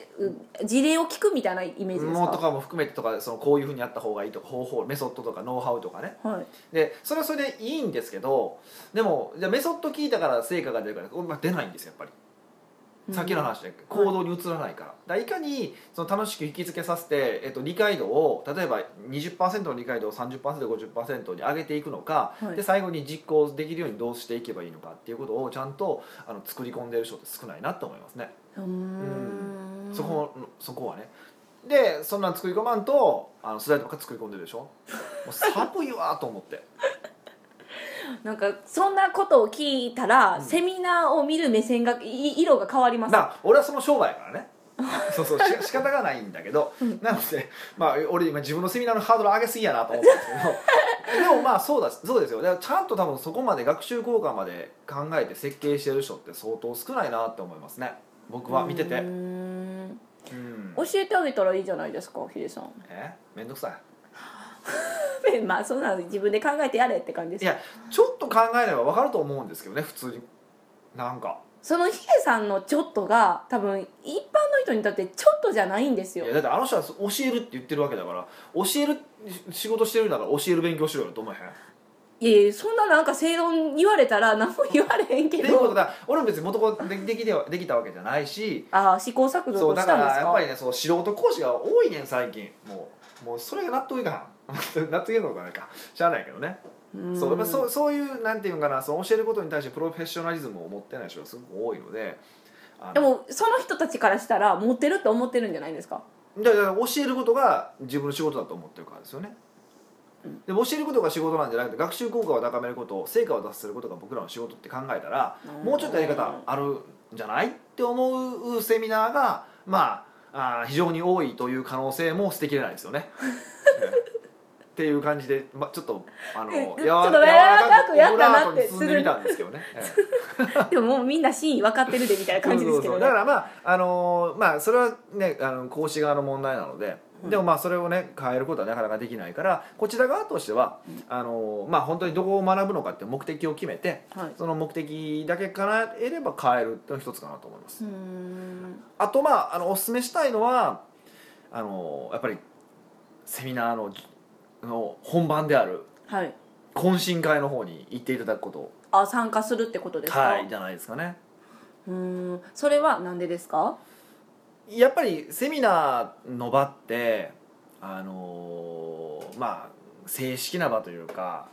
B: う事例を聞くみたいなイメージです
A: もうと
B: か
A: かも含めてとかそのこういうふうにやった方がいいとか方法メソッドとかノウハウとかね
B: はい
A: でそれはそれでいいんですけどでもじゃあメソッド聞いたから成果が出るから、まあ、出ないんですよやっぱりさっきの話で行動に移らないから,、だからいかにその楽しく引き付けさせて、えっと、理解度を例えば20%の理解度を 30%50% に上げていくのか、
B: はい
A: で最後に実行できるようにどうしていけばいいのかっていうことをちゃんとあの作り込んでる人って少ないなと思いますね。
B: うーん
A: そこのそこはねでそんなん作り込まんとあのスライドばっか作り込んでるでしょもう寒いわと思って
B: なんかそんなことを聞いた
A: う
B: ら、
A: ん
B: セミナーを見る目線がい色が変わり [LAUGHS] ます
A: まあ俺はその商売やからねそうそうし仕方がないんだけ
B: [LAUGHS]
A: ど、なので、まあ、俺今自分のセミナーのハードル上げすぎやなと思ったんですけ
B: [LAUGHS]
A: どでもまあそうだそうですよだからちゃんと多分そこまで学習効果まで考えて設計してる人って相当少ないなって思いますね僕は見て
B: う
A: て
B: ーん
A: うん
B: 教えてあげたらいいじゃないですかヒデさん [LAUGHS]
A: えめんどくさい
B: まあそんなの自分で考えてやれって感じ
A: い
B: です
A: やちょっと考えれば分かると思うんですけどね普通になんか
B: そのヒデさんのちょっとが多分一般の人にとってちょっとじゃないんですよ
A: いやだってあの人は教えるって言ってるわけだから教える仕事してるんだから教える勉強しろよと思えへん
B: いやいやそんななんか正論言われたら何も言われへんけ
A: っていうこと
B: ど
A: だ俺も別に元々でできてはできたわけじゃないし
B: ああ試行錯
A: そ
B: 誤
A: うだ
B: し
A: か
B: たん
A: ら
B: です
A: やっ
B: か
A: ぱりねそう素人講師が多いねん最近もうもうそれが納得いかん [LAUGHS] 納得いかんのかないか知らないけどね
B: うん
A: そうやっぱそうそういうなんていうのかなその教えることに対してプロフェッショナリズムを持ってない人がすごく多いのであの
B: でもその人たちからしたらモテると思ってるんじゃないで
A: [LAUGHS]
B: すか
A: だから教えることが自分の仕事だと思ってるからですよね、で教えることが仕事なんじゃなくて学習効果を高めること成果を出させることが僕らの仕事って考えたら
B: うん
A: もうちょっとやり方あるんじゃないって思うセミナーがまああー非常に多いという可能性も捨てきれないですよ
B: [LAUGHS]
A: ね。っていう感じで、まあ、ちょっとあの
B: え
A: 柔
B: [LAUGHS] ちょっと柔らかくやったなって
A: 柔らかくオブラートに包んでみたんですけどね。ええ
B: でももうみんな真意分かってるでみたいな感じですけ
A: そうそうそう
B: どね
A: だからまああのーまあそれはねあの講師側の問題なので、でもまあそれをね変えることはなかなかできないからこちら側としては、あのーまあ本当にどこを学ぶのかっていう目的を決めて、
B: はい
A: その目的だけ叶えれば変えるっていうのが一つかなと思います、
B: うーん
A: あとまああのおすすめしたいのはあのーやっぱりセミナーのの本番である
B: はい
A: 懇親会の方に行っていただくこと
B: あ参加するってことですか、
A: はいじゃないですかね
B: うーんそれはなんでですか
A: やっぱりセミナーの場ってあのーまあ正式な場というか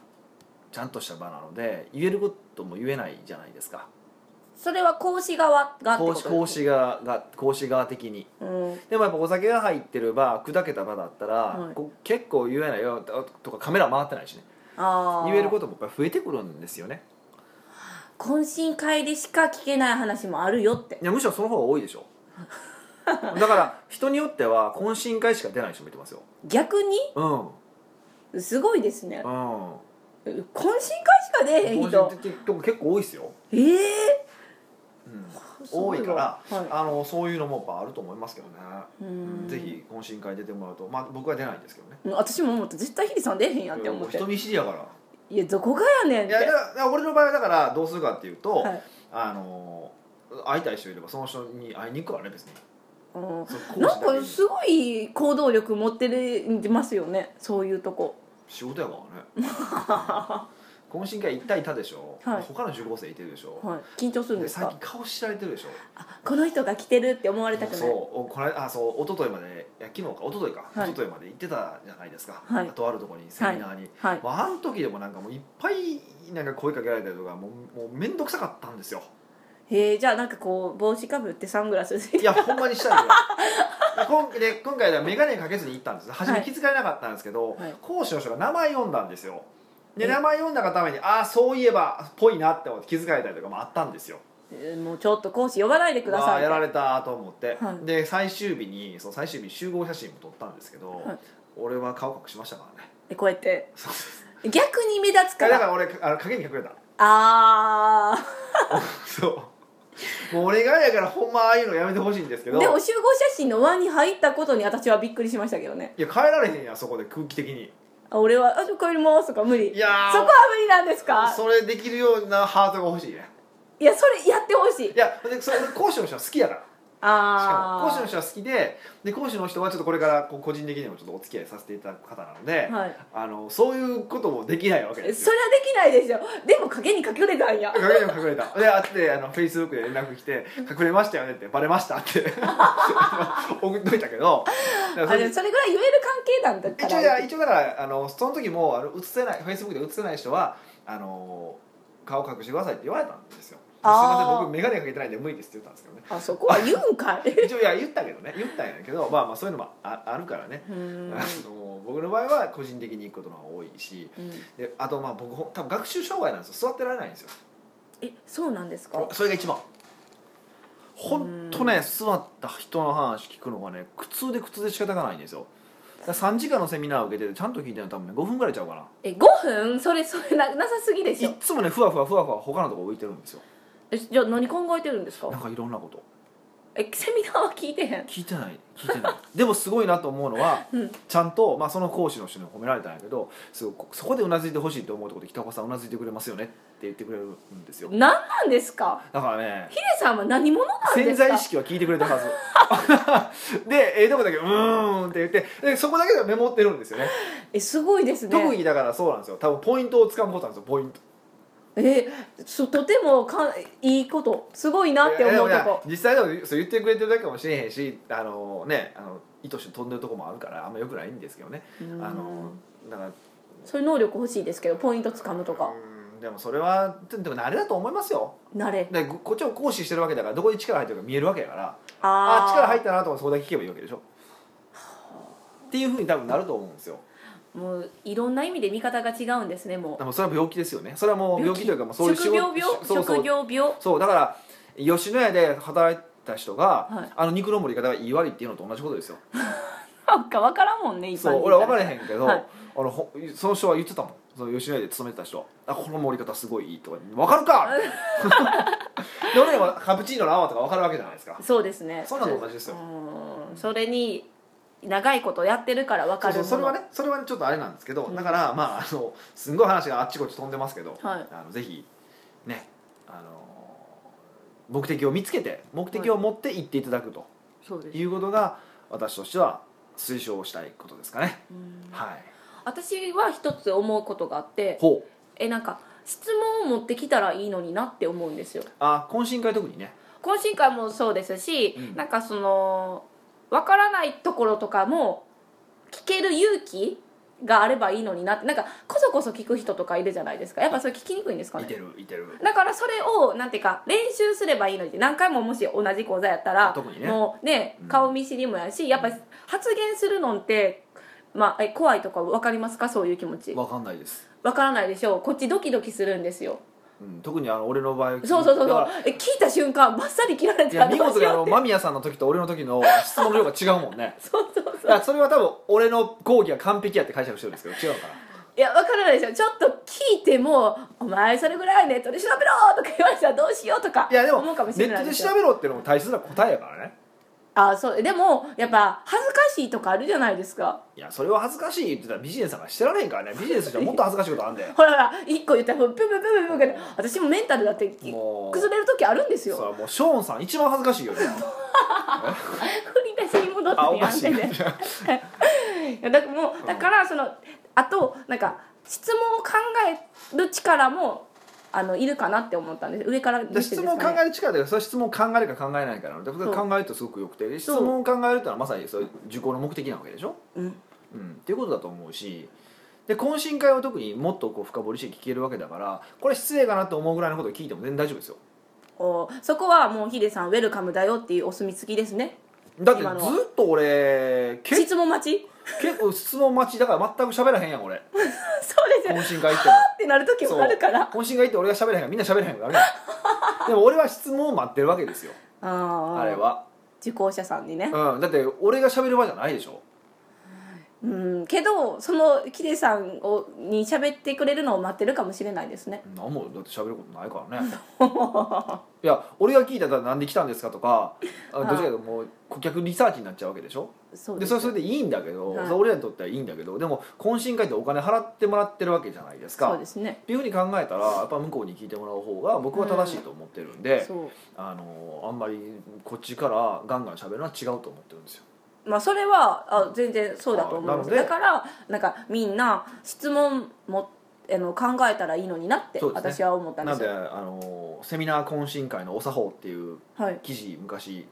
A: ちゃんとした場なので言えることも言えないじゃないですか
B: それは講師側がって
A: 講
B: ことで
A: 師
B: す
A: 講師側が講師側的に
B: うん
A: でもやっぱお酒が入ってる場砕けた場だったら、
B: はい
A: こう結構言えないよとかカメラ回ってないしね
B: ああ
A: 言えることもやっぱ増えてくるんですよね
B: 懇親会でしか聞けない話もあるよって
A: いやむしろその方が多いでし
B: [LAUGHS]
A: ょだから人によっては懇親会しか出ない人もいてますよ
B: 逆
A: うんうん
B: にすごいですね
A: 懇
B: 懇親会しか出えへん
A: 親
B: 人
A: 的とこ結構多いですよ
B: ええ
A: 多いから、
B: そうなんだは
A: あのそういうのもやっぱあると思いますけどね、
B: うーん
A: ぜひ懇親会出てもらうとまあ僕は出ないんですけどね
B: うん私も思った絶対ヒデさん出えへんやんって思
A: も
B: っ
A: う
B: て
A: 人見知りやから
B: いやどこがやねんっ
A: い
B: て
A: やだからだから俺の場合はだからどうするかっていうと、
B: はい
A: あの会いたい人いればその人に会いに行くからね別に
B: うん
A: そう講師
B: なん
A: だけ
B: かすごい行動力持ってるますよねそういうとこ
A: 仕事やからね懇親会1対他でしょ、
B: はい
A: 他の受講生いてるでしょ、
B: はい緊張するん
A: で
B: です
A: 最
B: か
A: 近顔知られてるでしょ
B: あこの人が来てるって思われたく
A: そ
B: な
A: う
B: い
A: おこれあそう一昨日までいや昨日か一昨日か、
B: はい
A: 一昨日まで行ってたじゃないですか、
B: はい
A: とあるところにセミナーに、
B: はい
A: まあ、あの時でもなんかもういっぱいなんか声かけられたりとかもうもう面倒くさかったんですよ
B: へえじゃあなんかこう帽子かぶってサングラスで [LAUGHS]
A: いやほんまにしたいよで今で今回は眼鏡かけずに行ったんです初め気づかれなかったんですけど、
B: はい
A: 講師の人が名前読んだんですよで
B: え
A: 名前読んだがためにああそういえばっぽいなって思って気づかれたりとかもあったんですよ
B: えーもうちょっと講師呼ばないでくだ
A: わ
B: さ
A: あ
B: い
A: やられたと思って、
B: はい
A: で最終日にそう最終日集合写真も撮ったんですけど、
B: はい
A: 俺は顔隠しましたからね
B: でこうやって
A: そう
B: 逆に目立つか
A: だ
B: ら
A: から俺あの影に隠れた
B: あ
A: そうもう俺がやからほんまああいうのやめてほしいんですけ
B: ー
A: ど
B: でも集合写真の輪に入ったことに私はびっくりしましたけどね
A: いや帰られへんやんそこで空気的に
B: あ俺は「あちょ帰ります」とか無理
A: いやー
B: そこは無理なんですか
A: それできるようなハートが欲しいね
B: いやそれやってほしい
A: いやでそれ俺講師の人は好きやからしかも
B: あ
A: 講師の
B: あ
A: 人は好きでで講師の人はちょっとこれからこう個人的にもちょっとお付き合いさせていただく方なので、
B: はい
A: あのそういうこともできないわけです
B: そ
A: よ
B: れはできないですよでも影に隠れたんや
A: 隠れた隠れたであってあのフェイスブックで連絡来て「隠れましたよね」って「バレました」って [LAUGHS] 送っといたけどだから
B: あ
A: それ
B: でもそれぐらい言える関係なんだった
A: 一応いや
B: ら
A: 一応だからあのその時もあの映せないフェイスブックで映せない人はあの顔隠してくださいって言われたんですよ「すい
B: あー
A: ません僕眼鏡かけてないんで無理です」って言ったんですけどね
B: あそこは言うん
A: [LAUGHS]
B: かい
A: 一応いや言ったけどね言ったんやけどまあまあそういうのもああるからね
B: うーん
A: あの僕の場合は個人的に行くことの方が多いし
B: うん
A: であとまあ僕ほん多分学習障害なんですよ座ってられないんですよ
B: えそうなんですか
A: それが一番ほんとね座った人の話聞くのがね苦痛で苦痛で仕方がないんですよだから3時間のセミナーを受けててちゃんと聞いてるの多分ね5分ぐらいちゃうかな
B: え5分それそれななさすぎでし
A: いっ
B: ょ
A: つもねふわふわふわふわ他のとこ浮いてるんですよ
B: えじゃあ何考えてるんです
A: なん
B: か
A: かいろんなこと
B: えセミナーは聞いてへん
A: 聞いてない聞いてない [LAUGHS] でもすごいなと思うのは、
B: うん
A: ちゃんと、まあ、その講師の人にも褒められたんやけどすごくそこでうなずいてほしいと思うところで北岡さんうなずいてくれますよねって言ってくれるん
B: [LAUGHS]
A: ですよ
B: 何なんですか
A: だからね
B: ヒデさんは何者なんで
A: 潜
B: すか
A: 在意識は聞いてくれたはず [LAUGHS] でええとこだけ「うーん」って言ってでそこだけでメモってるんですよね
B: えすごいですね
A: 特技だからそうなんですよ多分ポイントをつかむことなんですよポイント
B: えそとてもかんいいことすごいなって思う
A: い
B: と
A: やいや
B: こ
A: 実際でもそう言ってくれてるだけかもしれへんしあのねあの意図して飛んでるとこもあるからあんまよくないんですけどね
B: う
A: あ
B: ん
A: のだから
B: そういう能力欲しいですけどポイントつかむとか
A: うんでもそれはででも慣れだと思いますよ
B: 慣れ
A: でここっちを行使してるわけだからどこに力入ってるか見えるわけだから
B: あ
A: ああ
B: ー
A: 力入ったなと思ってそこだけ聞けばいいわけでしょっていうふうに多分なると思うんですよ
B: もういろんな意味で見方が違うんですねも
A: でもそれは病気ですよねそれはもう病気というかもう
B: う
A: そういう
B: 職業病
A: そうそう
B: 職業病
A: そうだから吉野家で働いた人が、
B: はい
A: あの肉の盛り方がいい悪いっていうのと同じことですよ
B: なんか分からんもんね一
A: そ
B: 般
A: う
B: 人
A: 俺は分
B: か
A: かられへんけど、
B: はい
A: あのほその人は言ってたもんその吉野家で勤めてた人はあこの盛り方すごいいいとか分かる
B: [LAUGHS]
A: かで俺らはカプチーノの泡とか分かるわけじゃないですか
B: そうですね
A: そんなの同じですよ
B: うんそれに長いことやってるから分か
A: そう
B: る
A: そうそれ
B: も
A: は
B: の
A: ねそれはねちょっとあれなんですけど、
B: うん
A: だからまああのすんごい話があっちこっち飛んでますけど、
B: はい
A: あのぜひねあの目的を見つけて目的を持って行っていただくと
B: そうです
A: いうことが私としては推奨したいことですかね、
B: うん
A: はい
B: 私は一つ思うことがあって
A: ほう
B: えなんか質問を持ってきたらいいのになって思うんですよ
A: あ懇親会特にね
B: 懇親会もそうですし、
A: うん
B: なんかその分からないところとかも聞ける勇気があればいいのになってなんかこそこそ聞く人とかいるじゃないですかやっぱそれ聞きにくいんですか
A: いて
B: ね
A: るいてる
B: だからそれをなんていうか練習すればいいのにって何回ももし同じ講座やったら
A: 特にね
B: もうね
A: うん
B: 顔見知りもやしやっぱ発言するのって、まあ、え怖いとか分かりますかそういう気持ち
A: わかんないです、
B: 分からないでしょうこっちドキドキするんですよ
A: うん、特にあの俺の場合
B: そうそうそ
A: だ
B: うそ
A: か
B: うえ聞いた瞬間バッサリ切られ
A: らい
B: て
A: や
B: ら
A: 見
B: どう
A: 事
B: し
A: にあ
B: よう
A: の間宮さんの時と俺の時の質問の量が違うもんね
B: [LAUGHS] そうそうそう
A: だからそれは多分俺の講義は完璧やって解釈してるんですけど違うから
B: いや、わからないでしょ。ちょっと聞いても、お前それぐらいネットで調べろとか言われたらどうしようとか
A: いやでも
B: 思うかもし
A: ネ
B: れな
A: ッ
B: い
A: トで
B: しょ
A: 調べろっていうのも大切な答えやからね
B: あ、そう。でも、やっぱ、恥ずかしいとかあるじゃないですか。
A: いやそれは恥ずかしい言ってたらビジネスさんがしてられへんからねビジネスじゃもっと恥ずかしいことあんで
B: ほらほら、一個言ったら、プンプンプンプンプンって私もメンタルだって崩
A: もう
B: れる時あるんです
A: そ
B: よ。
A: れはもうショーンさん一番恥ずかしいよね
B: 振りと
A: あお
B: 提
A: か
B: 案
A: し
B: し
A: い
B: てね [LAUGHS] いやだからもうだからそのあとなんか質問を考える力もあのいるかなって思ったんです上から見て
A: で
B: です
A: 質
B: か
A: 問を考
B: ね
A: える力だからそれは質問を考えるか考えないかなので
B: そう
A: 考えるとすごくよくてで質
B: そう
A: 問を考えるってのはまさにそれ受講の目的なわけでしょ、
B: うん
A: うん、っていうことだと思うしで懇親会は特にもっとこう深掘りして聞けるわけだからこれ失礼かなと思うぐらいのことを聞いても全然大丈夫ですよ
B: おそこはもうヒデさんウェルカムだよっていうお墨付きですね
A: だってず
B: 今のは
A: っと俺け
B: 質問待ち [LAUGHS]
A: 結構質問待ちだから全く喋らへんやん俺
B: そうです
A: 懇
B: よ
A: 親
B: っ
A: 会行っても。
B: てなる時
A: そう
B: もあるから
A: 懇親会行って俺が喋らへんからみんな喋らへんからねでも俺は質問を待ってるわけですよ
B: あー
A: あれは、
B: 受講者さんにね
A: うん、だって俺が喋る場じゃないでしょ
B: うんけどそのヒデさんをに喋ってくれるのを待ってるかもしれないですね
A: 何もだって喋ることないから
B: [LAUGHS]
A: ねいや俺が聞いたらなんで来たんですかとかあどっちかというともう顧客リサーチになっちゃうわけでしょ
B: そう
A: で
B: です
A: それはそれでいいんだけど、
B: はい
A: それ俺らにとってはいいんだけどでも懇親会ってお金払ってもらってるわけじゃないですか
B: そうですね
A: っていうふうに考えたらやっぱ向こうに聞いてもらう方が僕は正しいと思ってるんで、
B: そ
A: あのあんまりこっちからガンガン喋るのは違うと思ってるんですよ
B: うまあそれはあ全然そうだと思います
A: あなので
B: だからなんかみんな質問もあの考えたらいいのになって
A: そうですね
B: 私は思ったんで
A: なん
B: す
A: で
B: よ、
A: あのセミナー懇親会のお作法っていう
B: はい
A: 記事昔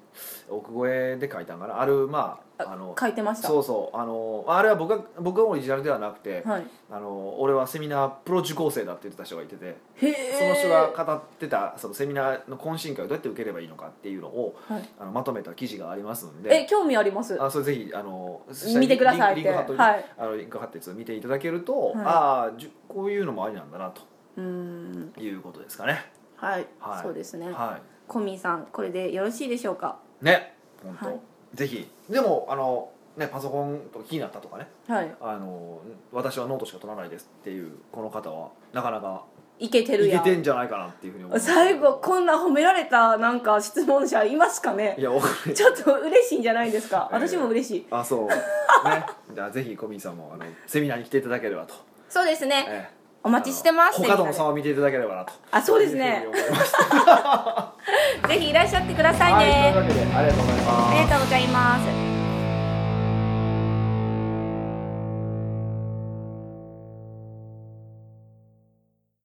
A: 奥越えで書いたんかなあるまああの
B: 書いてました
A: そうそうあのあれは僕が僕がオリジナルではなくて、
B: はい
A: あの俺はセミナープロ受講生だって言ってた人がいてて、
B: へ
A: その
B: え
A: 人が語ってたそのセミナーの懇親会をどうやって受ければいいのかっていうのを
B: はい
A: あのまとめた記事がありますん
B: え
A: で
B: 興味あります
A: あそれぜひあの
B: 見てください
A: リ
B: っ
A: ンク
B: て
A: リンク貼っといて
B: はい
A: あのリンク貼ってちょっと見ていただけると、
B: はい
A: ああじゅこういうのもありなんだなと
B: うーん
A: いうことですかね
B: はい、
A: はい
B: そうですね、
A: は
B: コミーさんこれでよろしいでしょうか
A: いね本当、
B: はい
A: ぜひでもあのねパソコンとか気になったとかね
B: はい
A: あの私はノートしか取らないですっていうこの方はなかなか
B: いけてる
A: いけ
B: やん
A: てんじゃないかなっていうふうに思う
B: 最後こんな褒められたなんか質問者いますかね
A: いやわかんない
B: ちょっと嬉しいんじゃないですか
A: ええ
B: 私も嬉しい
A: あそうねじゃあぜひ小宮さんもあのセミナーに来ていただければと、
B: そうですね
A: ええ
B: お待ちしてます
A: 他とも
B: セ
A: 差を見ていただければなと
B: あそうですね
A: いうふうに思いました
B: ミナーでぜひいらっしゃってください
A: はいという
B: ね
A: わけでありがとうございます
B: ありがとうございます